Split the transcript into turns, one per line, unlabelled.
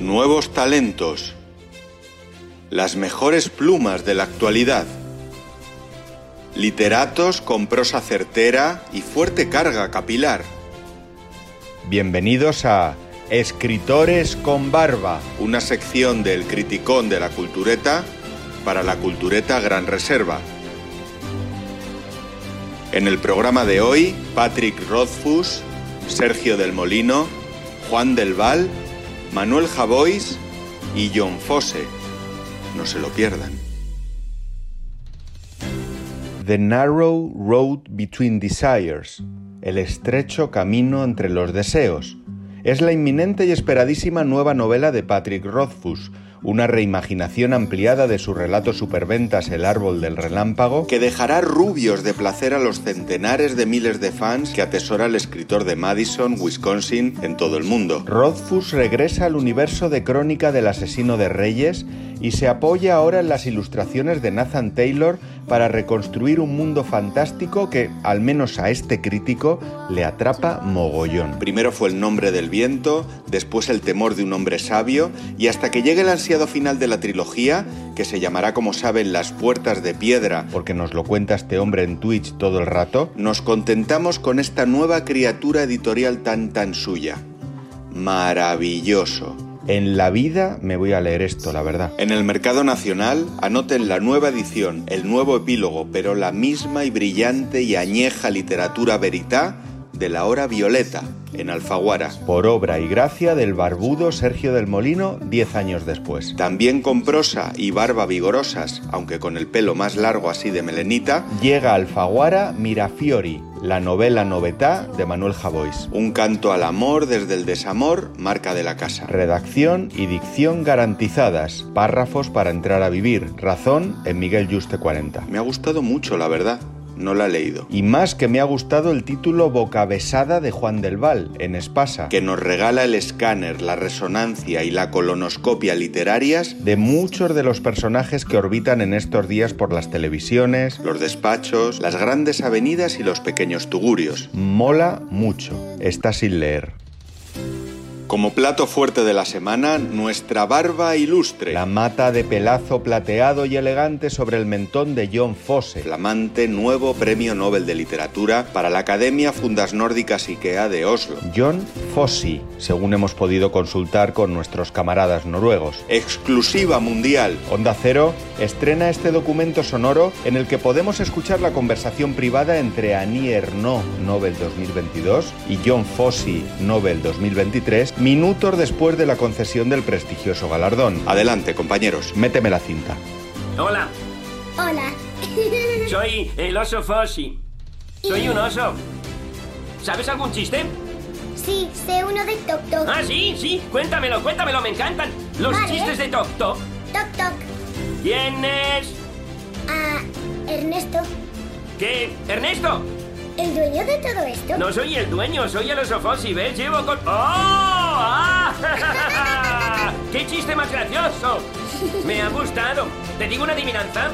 nuevos talentos, las mejores plumas de la actualidad, literatos con prosa certera y fuerte carga capilar.
Bienvenidos a Escritores con Barba.
Una sección del Criticón de la Cultureta para la Cultureta Gran Reserva. En el programa de hoy, Patrick Rothfuss, Sergio del Molino, Juan del Val, Manuel Javois y John Fosse. No se lo pierdan.
The Narrow Road Between Desires, el estrecho camino entre los deseos, es la inminente y esperadísima nueva novela de Patrick Rothfuss, una reimaginación ampliada de su relato superventas El árbol del relámpago,
que dejará rubios de placer a los centenares de miles de fans que atesora el escritor de Madison, Wisconsin, en todo el mundo.
Rothfuss regresa al universo de crónica del asesino de reyes y se apoya ahora en las ilustraciones de Nathan Taylor para reconstruir un mundo fantástico que, al menos a este crítico, le atrapa mogollón.
Primero fue el nombre del viento, después el temor de un hombre sabio y hasta que llegue el ansiado final de la trilogía, que se llamará como saben Las Puertas de Piedra,
Porque nos lo cuenta este hombre en Twitch todo el rato.
nos contentamos con esta nueva criatura editorial tan tan suya. Maravilloso.
En la vida me voy a leer esto, la verdad.
En el mercado nacional, anoten la nueva edición, el nuevo epílogo, pero la misma y brillante y añeja literatura veritá de la hora violeta, en Alfaguara.
Por obra y gracia del barbudo Sergio del Molino, 10 años después.
También con prosa y barba vigorosas, aunque con el pelo más largo así de melenita,
Llega Alfaguara Mirafiori, la novela novetá de Manuel Javois.
un canto al amor desde el desamor, marca de la casa.
Redacción y dicción garantizadas. Párrafos para entrar a vivir. Razón en Miguel Yuste 40.
Me ha gustado mucho, la verdad. No la he leído.
Y más que me ha gustado el título Boca Besada de Juan del Val, en Espasa.
que nos regala el escáner, la resonancia y la colonoscopia literarias,
De muchos de los personajes que orbitan en estos días por las televisiones,
los despachos, las grandes avenidas y los pequeños tugurios.
mola mucho. Está sin leer.
Como plato fuerte de la semana, nuestra barba ilustre,
La mata de pelazo plateado y elegante sobre el mentón de John Fosse.
flamante nuevo premio Nobel de Literatura para la Academia Fundas Nórdicas IKEA de Oslo.
John Fossi, según hemos podido consultar con nuestros camaradas noruegos.
Exclusiva mundial.
Onda Cero estrena este documento sonoro en el que podemos escuchar la conversación privada entre Annie Ernaux, Nobel 2022, y John Fossey, Nobel 2023, minutos después de la concesión del prestigioso galardón.
Adelante, compañeros.
Méteme la cinta.
Hola,
Hola.
soy el oso Fossi. Soy un oso. ¿Sabes algún chiste?
sí, sé uno de Toc Toc.
Ah, sí, sí. Cuéntamelo, cuéntamelo, me encantan. Los
Vale.
chistes de Top Top.
Toc Toc.
¿Quién es?
Ah, Ernesto,
¿Qué? ¿Ernesto?
¿el dueño de todo esto?
No soy el dueño, soy el oso Fossi, ¿ves? Llevo con. ¡Oh! ¡Ah! ¡Qué chiste más gracioso! Me ha gustado. ¿Te digo una adivinanza?